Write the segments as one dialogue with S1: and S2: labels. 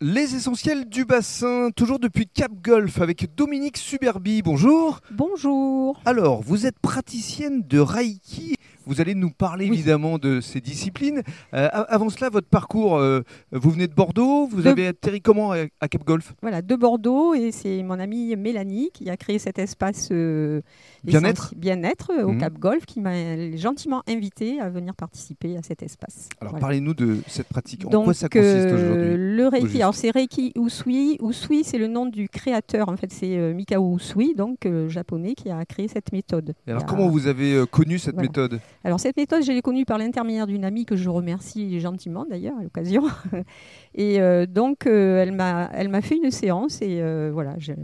S1: Les essentiels du bassin, toujours depuis Cap Golf avec Dominique Suberbi. Bonjour.
S2: Bonjour.
S1: Alors, vous êtes praticienne de Reiki. Vous allez nous parler
S2: Oui.
S1: évidemment de ces disciplines. Euh, a- avant cela, votre parcours, euh, vous venez de Bordeaux, vous
S2: De-
S1: avez atterri comment euh, à, à Cap Golf
S2: Voilà, de Bordeaux et c'est mon amie Mélanie qui a créé cet espace euh,
S1: Bien-être
S2: essenti- bien-être euh, au
S1: Mhm.
S2: Cap Golf qui m'a gentiment invitée à venir participer à cet espace.
S1: Alors,
S2: Voilà.
S1: parlez-nous de cette pratique. En
S2: Donc,
S1: quoi ça consiste
S2: euh,
S1: aujourd'hui juste
S2: le Reiki, alors c'est Reiki Usui. Usui, c'est le nom du créateur. En fait, c'est euh, Mikao Usui, donc euh, japonais, qui a créé cette méthode.
S1: Et Alors,
S2: Il y a-
S1: comment vous avez euh, connu cette
S2: Voilà.
S1: méthode
S2: Alors cette méthode, je l'ai connue par l'intermédiaire d'une amie que je remercie gentiment d'ailleurs à l'occasion. Et euh, donc euh, elle m'a elle m'a fait une séance et euh, voilà, j'ai-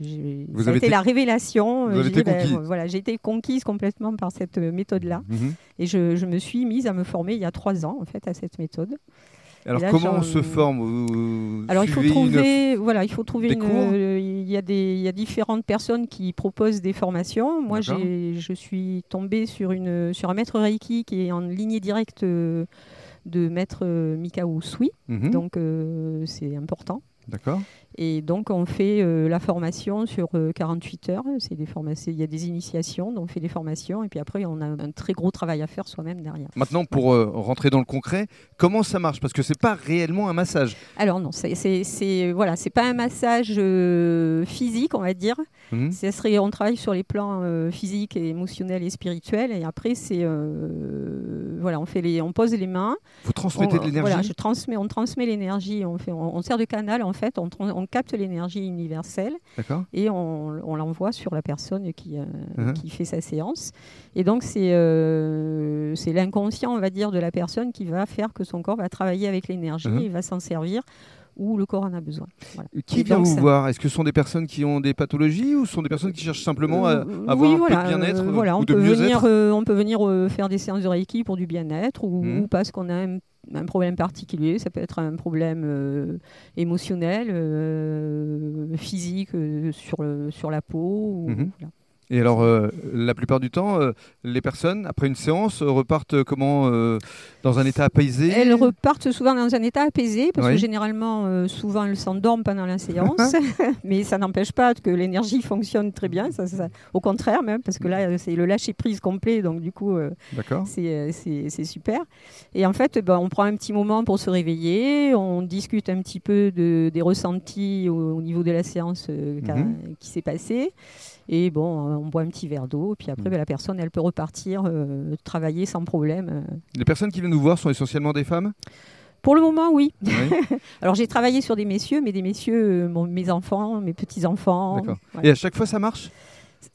S2: j'ai-
S1: Vous
S2: ça a
S1: avez
S2: été,
S1: été-
S2: la révélation.
S1: vous
S2: Euh,
S1: avez
S2: j'ai
S1: été
S2: dit, ben,
S1: conquise.
S2: voilà, j'ai été conquise complètement par cette méthode là
S1: Mhm.
S2: et je, je me suis mise à me former il y a trois ans en fait à cette méthode.
S1: Alors,
S2: Et là,
S1: comment
S2: j'en-
S1: on se forme Vous
S2: Alors il faut
S1: suivez une-
S2: trouver, voilà, il faut trouver
S1: des
S2: une-
S1: cours
S2: euh, il y a des, il y a différentes personnes qui proposent des formations. Moi,
S1: D'accord.
S2: j'ai, je suis tombée sur une, sur un maître reiki qui est en lignée directe euh, de maître euh, Mikao Sui,
S1: Mhm.
S2: donc euh, c'est important.
S1: D'accord.
S2: Et donc on fait euh, la formation sur euh, 48 heures. C'est des formations, il y a des initiations, donc on fait des formations et puis après on a un très gros travail à faire soi-même derrière.
S1: Maintenant, pour euh, rentrer dans le concret, comment ça marche Parce que c'est pas réellement un massage.
S2: Alors non, c'est, c'est, c'est- voilà, c'est pas un massage euh, physique, on va dire.
S1: Mhm.
S2: Ça serait, on travaille sur les plans euh, physiques et émotionnels et spirituels. Et après, c'est euh, voilà, on fait les, on pose les mains.
S1: Vous transmettez
S2: on,
S1: de l'énergie
S2: voilà, je transmets, on transmet l'énergie. On fait, on, on sert de canal en fait. On, tran- on capte l'énergie universelle
S1: D'accord.
S2: et on, on l'envoie sur la personne qui euh,
S1: Mhm.
S2: qui fait sa séance. Et donc c'est euh, c'est l'inconscient, on va dire, de la personne qui va faire que son corps va travailler avec l'énergie
S1: Mhm.
S2: et va s'en servir où le corps en a besoin. Voilà.
S1: Qui
S2: Et
S1: vient
S2: donc,
S1: vous
S2: ça-
S1: voir Est-ce que ce sont des personnes qui ont des pathologies ou ce sont des personnes qui cherchent simplement à, à
S2: Euh,
S1: avoir
S2: oui,
S1: un
S2: voilà,
S1: peu de bien-être
S2: euh,
S1: euh,
S2: voilà,
S1: ou
S2: on,
S1: de
S2: peut venir,
S1: mieux-être
S2: euh, on peut venir euh, faire des séances de Reiki pour du bien-être ou,
S1: Mhm.
S2: ou parce qu'on a un, un problème particulier. Ça peut être un problème euh, émotionnel, euh, physique, euh, sur, le- sur la peau. ou-
S1: Mhm.
S2: voilà.
S1: Et alors, euh, la plupart du temps, euh, les personnes, après une séance, euh, repartent euh, comment euh, Dans un état apaisé
S2: Elles repartent souvent dans un état apaisé parce
S1: Oui.
S2: que généralement, euh, souvent, elles s'endorment pendant la séance. Mais ça n'empêche pas que l'énergie fonctionne très bien. ça- ça- au contraire, même, parce que là, euh, c'est le lâcher-prise complet. Donc, du coup. euh,
S1: D'accord.
S2: C'est, euh, C'est c'est super. Et en fait, ben, on prend un petit moment pour se réveiller, on discute un petit peu de, des ressentis au, au niveau de la séance euh, qu'a-
S1: Mhm.
S2: qui s'est passée. Et bon, euh, on boit un petit verre d'eau. Puis après,
S1: Mhm.
S2: ben, la personne, elle peut repartir euh, travailler sans problème. euh.
S1: Les personnes qui viennent nous voir sont essentiellement des femmes
S2: Pour le moment, oui.
S1: Oui.
S2: Alors, j'ai travaillé sur des messieurs, mais des messieurs, euh, mon- mes enfants, mes petits-enfants.
S1: D'accord.
S2: Voilà.
S1: Et à chaque fois, ça marche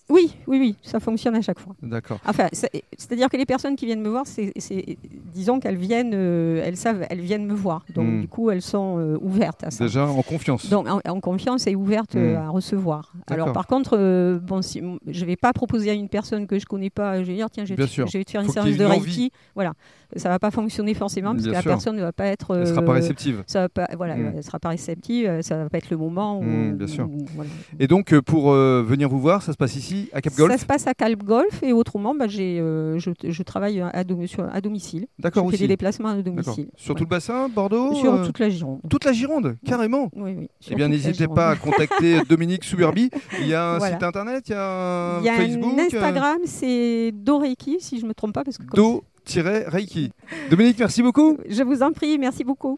S2: Oui, oui, oui, ça fonctionne à chaque fois.
S1: D'accord.
S2: Enfin, ça- c'est-à-dire que les personnes qui viennent me voir, c'est, c'est- disons qu'elles viennent, euh, elles savent, elles viennent me voir. Donc
S1: Mm.
S2: du coup, elles sont euh, ouvertes à ça.
S1: Déjà en confiance.
S2: Donc en, en confiance et ouvertes euh,
S1: Mm.
S2: à recevoir.
S1: D'accord.
S2: Alors par contre, euh, bon, si, m- je vais pas proposer à une personne que je connais pas, je vais dire tiens, je vais,
S1: Bien
S2: te,
S1: sûr.
S2: je vais te faire une
S1: Faut qu'il y
S2: séance
S1: ait
S2: de
S1: une
S2: Reiki. Voilà, ça va pas fonctionner forcément parce
S1: Bien
S2: que
S1: sûr.
S2: la personne ne va pas être.
S1: Elle ne sera pas
S2: euh,
S1: réceptive.
S2: ça va pas, voilà,
S1: Mm.
S2: elle sera pas réceptive, euh, ça va pas être le moment. où- euh,
S1: Mm, bien sûr.
S2: où- voilà.
S1: Et donc, euh, pour euh, venir vous voir, ça se passe ici, à Cap
S2: Ça
S1: Golf
S2: se passe à Calp Golf et autrement, bah, j'ai, euh, je, je travaille à, dom- sur- à domicile. Je
S1: D'accord
S2: fais
S1: Ah, aussi.
S2: des déplacements à
S1: D'accord.
S2: domicile.
S1: Sur
S2: Ouais.
S1: tout le bassin, Bordeaux
S2: Sur
S1: euh,
S2: toute la Gironde.
S1: toute la Gironde, carrément.
S2: Oui, oui, sur
S1: Eh bien,
S2: toute la
S1: n'hésitez
S2: Gironde.
S1: pas à contacter euh, Dominique Souberbi. Il y a un
S2: Voilà.
S1: site internet, il y a un
S2: Il y a
S1: Facebook.
S2: un
S1: euh,
S2: Instagram, c'est Doreiki, si je ne me trompe pas. Parce que comme-
S1: Do-Reiki. Dominique, merci beaucoup.
S2: Je vous en prie, merci beaucoup.